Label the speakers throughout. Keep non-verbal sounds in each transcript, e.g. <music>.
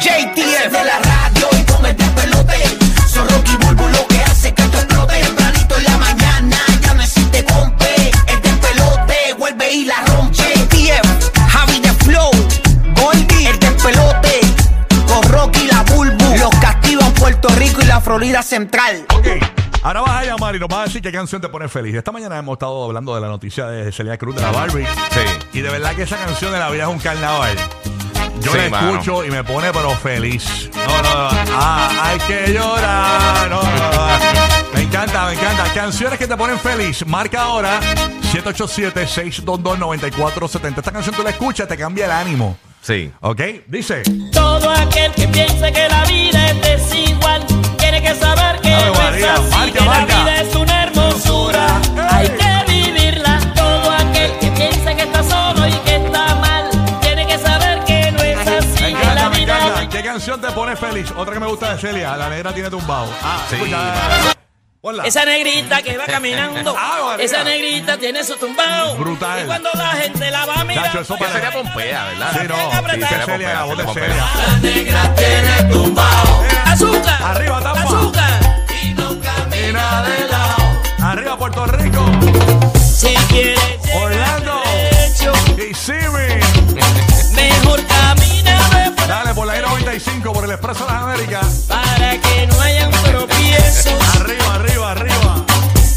Speaker 1: JTF de la radio y con el despelote. Son Rocky Bulbo lo que hace que esto explote. Tempranito en la mañana ya no existe compe. El despelote vuelve y la rompe. JTF, Javi de Flow, Goldie, el despelote. Con Rocky y la Bulbo. Los castigan Puerto Rico y la Florida Central.
Speaker 2: Ahora vas a llamar y nos vas a decir qué canción te pone feliz. Esta mañana hemos estado hablando de la noticia de Celia Cruz de la Barbie.
Speaker 3: Sí.
Speaker 2: Y de verdad que esa canción de la vida es un carnaval. Yo
Speaker 3: Sí,
Speaker 2: la
Speaker 3: mano.
Speaker 2: escucho y me pone pero feliz. No, no, no. Ah, hay que llorar. No, no, no. Me encanta, me encanta. Canciones que te ponen feliz. Marca ahora 787-622-9470. Esta canción tú la escuchas, te cambia el ánimo.
Speaker 3: Sí.
Speaker 2: ¿Ok? Dice.
Speaker 4: Todo aquel que piense que la vida es desigual tiene que saber que
Speaker 2: Ave
Speaker 4: no es
Speaker 2: María,
Speaker 4: así,
Speaker 2: marca,
Speaker 4: que
Speaker 2: marca.
Speaker 4: la vida es una hermosura,
Speaker 2: ¡Ey!
Speaker 4: hay que vivirla. Todo aquel que piense que está solo y que está mal tiene que saber que no es así,
Speaker 2: Me
Speaker 4: que la
Speaker 2: encanta, me
Speaker 4: vida
Speaker 2: encanta. ¿Qué canción te pone feliz? Otra que me gusta de Celia. La negra tiene tumbado. Ah,
Speaker 3: Sí.
Speaker 2: escucha. Hola.
Speaker 4: Esa negrita que va caminando,
Speaker 2: <laughs> Ah, María.
Speaker 4: esa negrita tiene su tumbao.
Speaker 2: Brutal.
Speaker 4: Y cuando la gente la va a mirar,
Speaker 2: Nacho, eso
Speaker 3: Que
Speaker 2: para-
Speaker 3: sería Pompea, ¿verdad?
Speaker 2: Sí, no. Sí,
Speaker 4: Sí,
Speaker 3: sería
Speaker 2: Celia,
Speaker 3: Pompea,
Speaker 2: la voz de
Speaker 3: sería Pompea.
Speaker 2: Celia.
Speaker 4: la negra tiene tumbao. Azúcar,
Speaker 2: Eh. Arriba, tapa.
Speaker 4: azúcar.
Speaker 2: Arriba Puerto Rico.
Speaker 4: Si quieres
Speaker 2: Orlando.
Speaker 4: hecho,
Speaker 2: Y Siri.
Speaker 4: mejor camina de frente
Speaker 2: Dale por la I-95 por el Expreso de las Américas.
Speaker 4: para que no haya un tropiezo
Speaker 2: Arriba, arriba, arriba.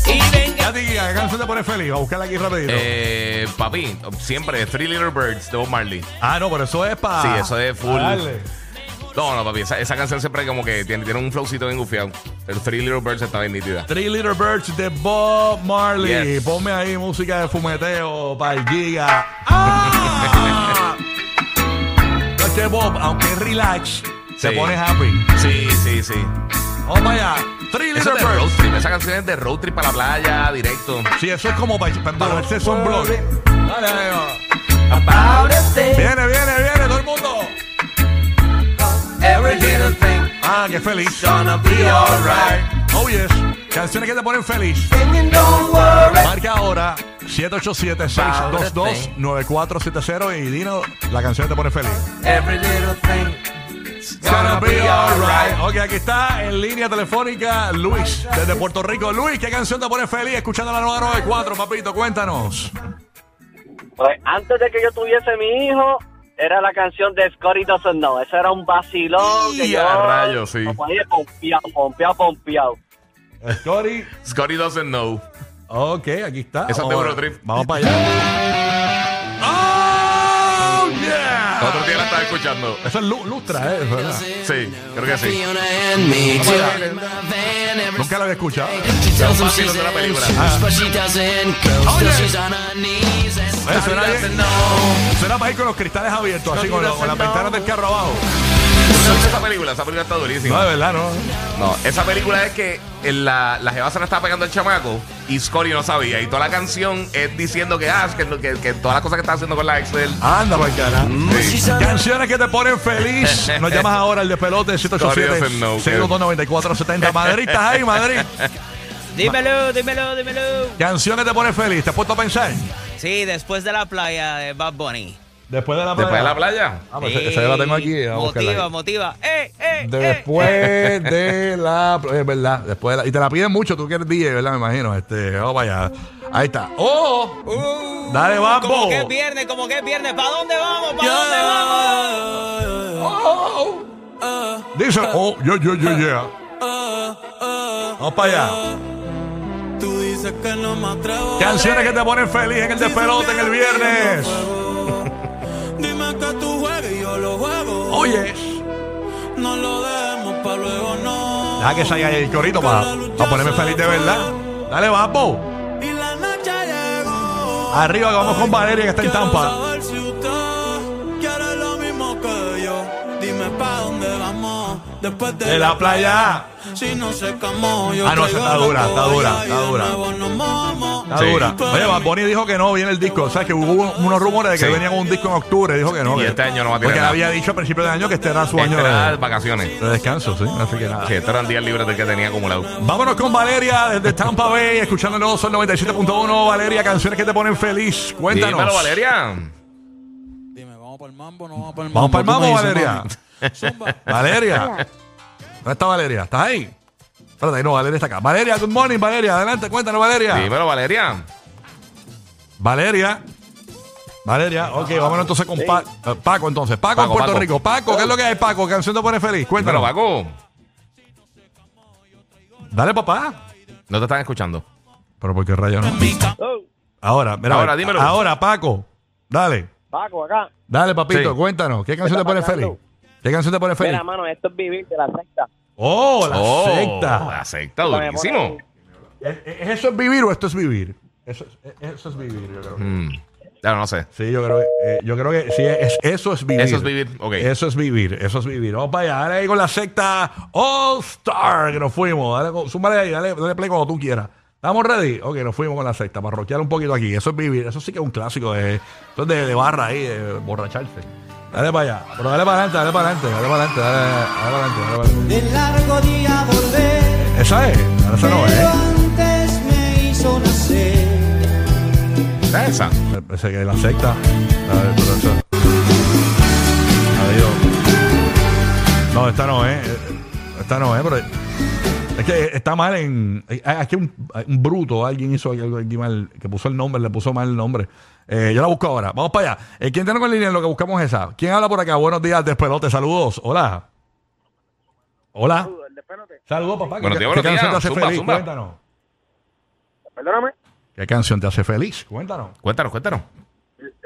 Speaker 4: y venga.
Speaker 2: Ya te guía, ¿qué canción te pone feliz? A buscarla aquí rapidito.
Speaker 3: Eh, papi, siempre Three Little Birds de Bob Marley.
Speaker 2: ah, no, pero eso es para.
Speaker 3: Sí, eso es full.
Speaker 2: Dale.
Speaker 3: No, no, papi, esa, esa canción siempre como que tiene, tiene un flowcito bien gufiado. El Three Little Birds está bien nítida.
Speaker 2: Three Little Birds de Bob Marley.
Speaker 3: Yes.
Speaker 2: Ponme ahí música de fumeteo para el Giga.
Speaker 3: <laughs>
Speaker 2: ¡Ah! No es que Bob, aunque es relax, se
Speaker 3: Sí.
Speaker 2: pone happy.
Speaker 3: Sí, sí, sí.
Speaker 2: Oh my god. Three Little
Speaker 3: Eso es de road
Speaker 2: Birds.
Speaker 3: trip, esa canción es de road trip para la playa, directo.
Speaker 2: Sí, eso es como para, para ponerse son blog. Dale, dale, dale. Viene, viene, viene, todo el mundo. Ah, qué feliz. Oh, yes. Canciones que te ponen feliz. Marca ahora 787-622-9470 y Dino, la canción que te pone feliz. Gonna be alright. Ok, aquí está en línea telefónica Luis, desde Puerto Rico. Luis, ¿qué canción te pone feliz? Escuchando la 994, papito, cuéntanos.
Speaker 5: Pues antes de que yo tuviese mi hijo, era la canción de Scotty Doesn't Know. Eso era un vacilón.
Speaker 3: Y
Speaker 5: que yo,
Speaker 3: a rayos, sí.
Speaker 5: me ponía pompeado, pompeado, pompeado.
Speaker 2: Scotty.
Speaker 3: Scotty doesn't know.
Speaker 2: Ok, aquí está.
Speaker 3: Esa
Speaker 2: Vamos
Speaker 3: es de
Speaker 2: a-
Speaker 3: Eurotrip.
Speaker 2: Vamos para allá. ¡Oh, yeah!
Speaker 3: Otro día la estaba escuchando.
Speaker 2: Eso es lu- lustra, ¿eh? ¿verdad?
Speaker 3: Sí, creo que sí.
Speaker 2: Nunca la había escuchado.
Speaker 3: Eh, de la película.
Speaker 2: Oye, Eh, suena, bien. suena para ir con los cristales abiertos, así con, lo- con las ventanas del carro abajo.
Speaker 3: ¿Tú has visto esa película? Esa película está
Speaker 2: No,
Speaker 3: durísima.
Speaker 2: de verdad, no.
Speaker 3: No, esa película es que en la, la jeva se la estaba pegando al chamaco y Scotty no sabía. Y toda la canción es diciendo que, ah, que, que, que todas las cosas que está haciendo con la ex de él.
Speaker 2: Anda, para
Speaker 3: Mm.
Speaker 2: Canciones que te ponen feliz. Nos llamas ahora al
Speaker 3: <laughs>
Speaker 2: despelote
Speaker 3: Sorry, no,
Speaker 2: 787 622 Madrid, ¿estás ahí, Madrid?
Speaker 6: Dímelo, dímelo, dímelo.
Speaker 2: Canción que te pone feliz. ¿Te has puesto a pensar?
Speaker 6: Sí, después de la playa de Bad Bunny.
Speaker 2: Después de la
Speaker 3: Después de la playa.
Speaker 2: Ah, pues esa yo la tengo aquí. vamos a buscarla
Speaker 6: Motiva,
Speaker 2: ahí.
Speaker 6: motiva. ¡Eh, eh!
Speaker 2: De-
Speaker 6: eh, eh.
Speaker 2: Después de la. Es verdad. Después de la- y te la piden mucho, tú que eres DJ, ¿verdad? Me imagino. Este, vamos allá. Ahí está. ¡Oh!
Speaker 6: Uh,
Speaker 2: Dale, vamos.
Speaker 6: Como que es viernes, como que es viernes. ¿Para dónde vamos? ¿Para dónde vamos?
Speaker 2: ¡Oh! Dice, oh, yo, yo, yo, yeah. Vamos para
Speaker 6: Uh,
Speaker 2: allá.
Speaker 7: Tú dices que no me atrevo.
Speaker 2: Canciones que te ponen feliz en el despelote en el viernes.
Speaker 7: Dime que tú juegas y yo lo juego.
Speaker 2: Oye.
Speaker 7: No lo dejemos pa' luego, no.
Speaker 2: Deja que salga el corito para ponerme feliz de verdad. Dale, vamos.
Speaker 7: Y la noche llegó.
Speaker 2: Arriba, que vamos con Valeria, que está en
Speaker 7: Quiero
Speaker 2: Tampa.
Speaker 7: saber si usted quiere lo mismo que yo. Dime pa' dónde vamos. Después de,
Speaker 2: De la playa.
Speaker 7: Si no se camó, yo
Speaker 2: Ah, no, esa
Speaker 7: traigo
Speaker 2: está
Speaker 7: la
Speaker 2: dura, está dura,
Speaker 7: toalla y
Speaker 2: está
Speaker 7: de
Speaker 2: dura.
Speaker 7: nuevo nos mojamos.
Speaker 2: Está dura. Oye, Bad Bunny dijo que no viene el disco. O sea, que hubo un- unos rumores de que
Speaker 3: Sí.
Speaker 2: venía con un disco en octubre. Dijo que no.
Speaker 3: Y
Speaker 2: que-
Speaker 3: este año no va a tener
Speaker 2: Porque él
Speaker 3: nada.
Speaker 2: había dicho al principio del año que este era su
Speaker 3: Este
Speaker 2: año
Speaker 3: era
Speaker 2: de,
Speaker 3: vacaciones.
Speaker 2: de descanso, sí. Así que nada.
Speaker 3: Que estos eran días libres del que tenía acumulado.
Speaker 2: Vámonos con Valeria desde Tampa Bay, escuchando el nuevo Sol 97.1. Valeria, canciones que te ponen feliz. Cuéntanos.
Speaker 3: Dímelo, Valeria.
Speaker 7: Dime, vamos para el mambo, no vamos para el
Speaker 2: Vamos
Speaker 7: mambo.
Speaker 2: pa'l
Speaker 7: Tú me
Speaker 2: mambo,
Speaker 7: dices,
Speaker 2: Valeria.
Speaker 7: mami. Zumba.
Speaker 2: <laughs> Valeria. ¿Dónde está Valeria? ¿Estás ahí? Espérate, ahí no, Valeria está acá. Valeria, good morning, Valeria. Adelante, cuéntanos, Valeria.
Speaker 3: Dímelo, Valeria.
Speaker 2: Valeria. Valeria, ok, vámonos entonces con Pa- eh, Paco. Entonces, Paco, en
Speaker 3: Paco,
Speaker 2: Puerto
Speaker 3: Paco.
Speaker 2: Rico. Paco, ¿qué es lo que hay, Paco? Canción te pone feliz.
Speaker 3: Dímelo,
Speaker 2: Cuéntanos.
Speaker 3: Paco.
Speaker 2: Dale, papá.
Speaker 3: No te están escuchando.
Speaker 2: Pero por qué rayo no.
Speaker 5: Oh,
Speaker 2: Ahora, mira.
Speaker 3: Ahora,
Speaker 2: a ver.
Speaker 3: dímelo.
Speaker 2: Ahora, Paco. Dale.
Speaker 5: Paco, acá.
Speaker 2: Dale, papito,
Speaker 3: Sí.
Speaker 2: cuéntanos. ¿Qué canción te
Speaker 5: está
Speaker 2: pone feliz?
Speaker 5: pasando?
Speaker 2: ¿Qué canción te pone feliz?
Speaker 5: Mira, mano, esto es vivir de la secta.
Speaker 2: Oh, la
Speaker 3: Oh,
Speaker 2: secta.
Speaker 3: La secta,
Speaker 5: Esto me
Speaker 3: durísimo.
Speaker 5: pone-
Speaker 2: ¿Es- es- ¿Eso es vivir o esto es vivir? Eso, es- eso es vivir, yo creo.
Speaker 3: Mm. Ya no sé.
Speaker 2: Sí, yo creo, que- eh, yo creo que sí, es- eso es vivir.
Speaker 3: Eso es vivir, ok.
Speaker 2: Eso es vivir, eso es vivir. Vamos para allá, dale ahí con la secta All Star, que nos fuimos. Dale, con- súmale ahí, dale, dale play cuando tú quieras. ¿Estamos ready? Ok, nos fuimos con la secta para roquear un poquito aquí. Eso es vivir, eso sí que es un clásico de, eso es de, de barra ahí, de borracharse. Dale para allá, pero dale para adelante, dale para adelante, dale para adelante, dale, dale para adelante. Dale para adelante.
Speaker 8: De largo día volver,
Speaker 2: Esa es, ahora esa no ¿eh?
Speaker 8: pero
Speaker 2: es.
Speaker 8: antes me hizo nacer.
Speaker 3: Mira Esa.
Speaker 2: Esa que es la secta. A ver, pero esa. Adiós. No, esta no es. eh, Esta no es, pero. Es que está mal en. hay- Aquí un, un bruto, alguien hizo algo aquí mal, que puso el nombre, le puso mal el nombre. Eh, yo la busco ahora. Vamos para allá. Eh, ¿Quién tenemos en línea? Lo que buscamos es esa. ¿Quién habla por acá? Buenos días, despelote. Saludos. Hola. Hola. Saludos, papá. ¿Qué,
Speaker 3: Buenos días,
Speaker 2: qué
Speaker 3: buenos
Speaker 2: canción
Speaker 3: días.
Speaker 2: te hace
Speaker 3: Zumba,
Speaker 2: feliz?
Speaker 3: zumba.
Speaker 2: Cuéntanos.
Speaker 5: Perdóname.
Speaker 2: ¿Qué canción te hace feliz? Cuéntanos.
Speaker 3: Cuéntanos, cuéntanos.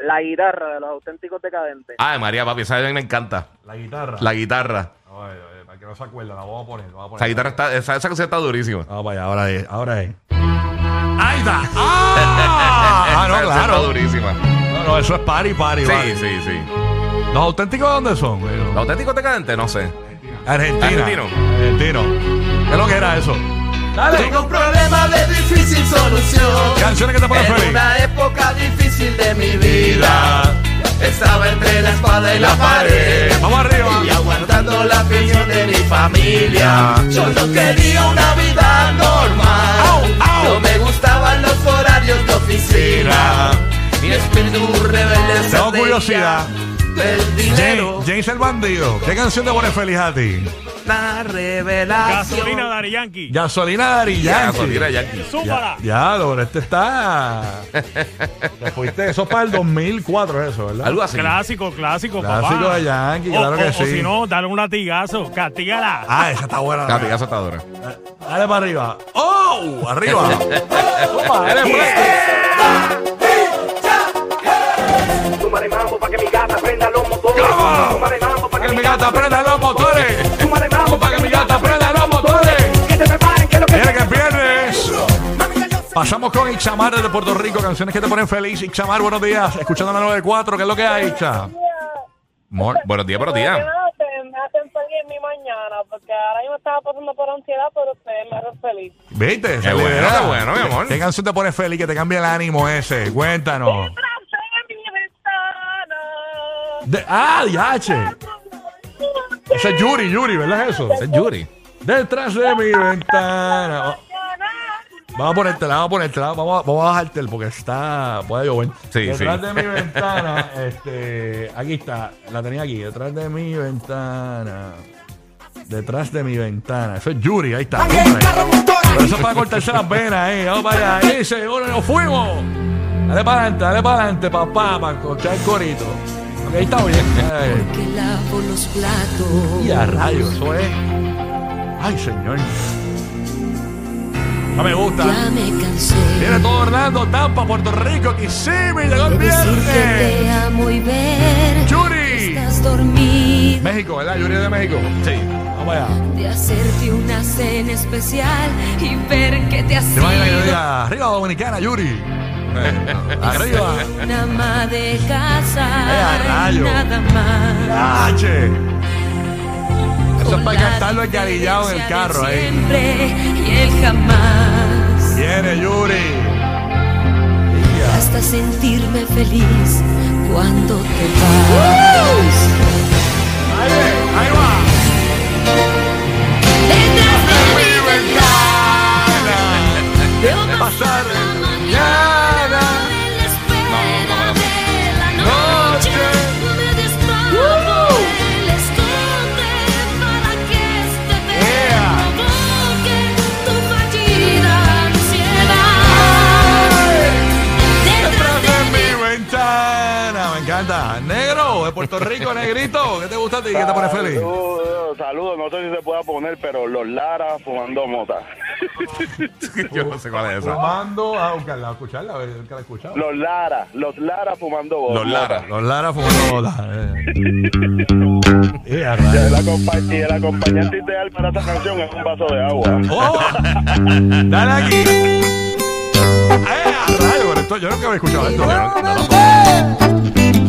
Speaker 5: La guitarra de los auténticos decadentes.
Speaker 3: Ay, María, papi, esa a mí me encanta.
Speaker 2: La guitarra.
Speaker 3: La guitarra.
Speaker 2: Oye, oye, para que no se acuerda, la vamos a poner. La vamos a
Speaker 3: Esa
Speaker 2: poner.
Speaker 3: guitarra está, esa, esa canción está durísima.
Speaker 2: Vamos para allá, ahora es, ahora es. ¡Ahí <laughs> está! ¡Ah! ah
Speaker 3: Esa
Speaker 2: no,
Speaker 3: canción Está
Speaker 2: claro.
Speaker 3: durísima.
Speaker 2: No, no, eso es party, party,
Speaker 3: Sí,
Speaker 2: party.
Speaker 3: sí, sí.
Speaker 2: ¿Los auténticos dónde son? güey?
Speaker 3: ¿Los auténticos decadentes? No sé.
Speaker 2: Argentina.
Speaker 3: Argentino.
Speaker 2: Argentino. ¿Qué es lo que era eso?
Speaker 9: Tengo un problema de difícil solución.
Speaker 2: Canciones que te ponen
Speaker 9: en
Speaker 2: feliz.
Speaker 9: una época difícil de mi vida. Estaba entre la espada y la pared.
Speaker 2: Vamos arriba.
Speaker 9: Y aguantando la opinión de mi familia. Yo no quería una vida normal.
Speaker 2: Au, au.
Speaker 9: No me gustaban los horarios de oficina. Mi espíritu rebelde se
Speaker 2: Tengo
Speaker 9: ardía
Speaker 2: curiosidad.
Speaker 9: Del dinero.
Speaker 2: James, James el bandido. ¿Qué canción te pone feliz a ti?
Speaker 9: Una revelación.
Speaker 6: Dari Yankee.
Speaker 2: Gasolina Dari
Speaker 3: Ya, pues,
Speaker 2: Yankee.
Speaker 3: mira, Yankee.
Speaker 2: Ya, ya, lo, pero este <laughs> está. Te fuiste. Eso es para el 2004, eso, ¿verdad?
Speaker 3: Algo así.
Speaker 10: Clásico, clásico, papá.
Speaker 2: Clásico de Yankee,
Speaker 10: O-
Speaker 2: claro
Speaker 10: o-
Speaker 2: que
Speaker 10: O
Speaker 2: sí.
Speaker 10: si no, dale un latigazo, castígala.
Speaker 2: Ah, esa está buena.
Speaker 3: Capi, esa está dura.
Speaker 2: Dale para arriba. ¡Oh! Arriba.
Speaker 3: <laughs>
Speaker 2: Toma.
Speaker 3: Eres fuerte.
Speaker 5: Súmale mambo para que mi gata prenda los motores.
Speaker 2: ¡Cómo!
Speaker 5: Súmale mambo para
Speaker 2: Para
Speaker 5: que
Speaker 2: que
Speaker 5: mi
Speaker 2: mi
Speaker 5: gata.
Speaker 2: gata prenda los motores.
Speaker 5: Súmale mambo
Speaker 2: Para que mi gata prenda los motores.
Speaker 5: Que te preparen que lo que
Speaker 2: Mira que pierdes. Pasamos con Ixamar desde Puerto Rico. Canciones que te ponen feliz. Ixamar, buenos días. Escuchando la 94. ¿Qué es lo que hay, Ixa?
Speaker 3: Mor- Buenos días, buenos días.
Speaker 4: me hacen feliz mi mañana, porque ahora mismo estaba pasando por ansiedad, pero ustedes me hacen feliz.
Speaker 2: ¿Viste?
Speaker 3: Qué bueno,
Speaker 2: libera.
Speaker 3: qué bueno, mi amor.
Speaker 2: ¿Qué canción te pone feliz que te cambia el ánimo ese? Cuéntanos. De- ¡Ah, diache! Ese es Yuri, Yuri, ¿verdad eso?
Speaker 3: Ese es Yuri.
Speaker 2: Detrás de mi ventana. Oh. Vamos a ponértela, vamos a ponértela, vamos a, vamos a bajártela porque está. Puede llover.
Speaker 3: Sí,
Speaker 2: detrás
Speaker 3: sí.
Speaker 2: de mi ventana, este. Aquí está, la tenía aquí. Detrás de mi ventana. Detrás de mi ventana. Eso es Yuri, ahí está. Pero eso es para cortarse las venas, eh. Vamos para allá. Dice, bueno, nos fuimos. Dale para adelante, dale para adelante, papá, para escuchar el corito. Ok, ahí está bien. Ay.
Speaker 8: Que lavo los platos.
Speaker 2: Y a rayos, eso es. Ay, señor. No me gusta.
Speaker 8: me cansé
Speaker 2: Viene todo Orlando, Tampa, Puerto Rico, Kissimmee, llegó el viernes.
Speaker 8: amo y ver.
Speaker 2: Yuri.
Speaker 8: dormido.
Speaker 2: México, ¿verdad? Yuri es de México. Sí. Vamos allá.
Speaker 8: De hacerte una cena especial y ver que te has
Speaker 2: Te imaginas que yo diga, arriba Dominicana, Yuri. Eh, no, arriba.
Speaker 8: Una ama de casa.
Speaker 2: Eh, a rayo.
Speaker 8: Nada más.
Speaker 2: H. Eso es
Speaker 8: Con
Speaker 2: para
Speaker 8: la
Speaker 2: cantarlo encarillado en el
Speaker 8: diferencia de
Speaker 2: carro ahí.
Speaker 8: Siempre y el jamás.
Speaker 2: Viene Yuri.
Speaker 8: Hasta sentirme feliz cuando te vas.
Speaker 2: Ahí, ahí va.
Speaker 8: Detrás de mi ventana Veo
Speaker 2: De pasar
Speaker 8: la
Speaker 2: mañana.
Speaker 8: en la espera de la
Speaker 2: Noche.
Speaker 8: noche No me distraigo por el escándalo
Speaker 2: rico, negrito. ¿Qué te gusta a ti? ¿Qué te pone feliz?
Speaker 5: Saludos, saludos. No sé si se pueda poner, pero los Lara fumando mota.
Speaker 3: <laughs> Yo no sé cuál es esa.
Speaker 2: Fumando, a buscarla, a escucharla, a ver que la ha escuchado.
Speaker 5: Los Lara, los Lara fumando mota.
Speaker 3: Los Lara.
Speaker 2: Los Lara fumando bola. Eh, a
Speaker 5: Y
Speaker 2: rayos.
Speaker 5: el, acompa- y el acompañante ideal para esta canción es un vaso de agua.
Speaker 2: ¡Oh! ¡Dale aquí! ¡Eh, a rayos! Pero esto, yo nunca había escuchado esto.
Speaker 3: Yo no- yo tampoco.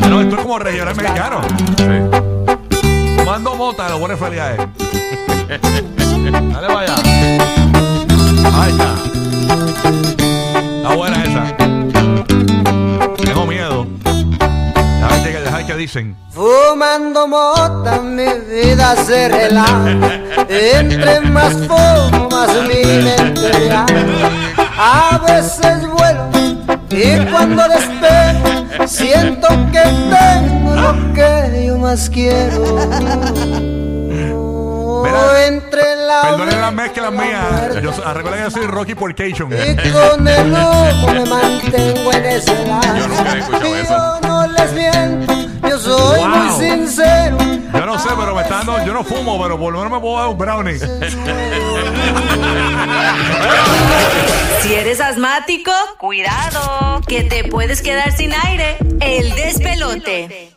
Speaker 2: Ah, No, esto es como regional mexicano.
Speaker 3: Sí.
Speaker 2: Fumando mota, lo bueno es feliz a él. Dale para allá. Ahí está. Está buena esa. Tengo miedo. A ver, hay que dejar que dicen.
Speaker 8: Fumando mota mi vida se relaja Entre más fumo más mi mente viaja A veces vuelo y cuando despego Siento que tengo lo que yo más quiero
Speaker 2: Mira,
Speaker 8: Entre la
Speaker 2: Perdonen las
Speaker 8: vida
Speaker 2: mezclas
Speaker 8: y la
Speaker 2: mías.
Speaker 8: muerte.
Speaker 2: Yo, so- ah, recuerden que yo soy Rocky Porcation.
Speaker 8: Y con el humo me mantengo en ese lado.
Speaker 3: Yo nunca he escuchado
Speaker 8: Y
Speaker 3: eso.
Speaker 8: Yo no les miento, yo soy
Speaker 2: Wow.
Speaker 8: muy sincero.
Speaker 2: Yo no sé, pero me están dando. Yo no fumo, pero por lo menos me puedo dar un brownie.
Speaker 11: Si eres asmático, cuidado, que te puedes quedar sin aire. El despelote.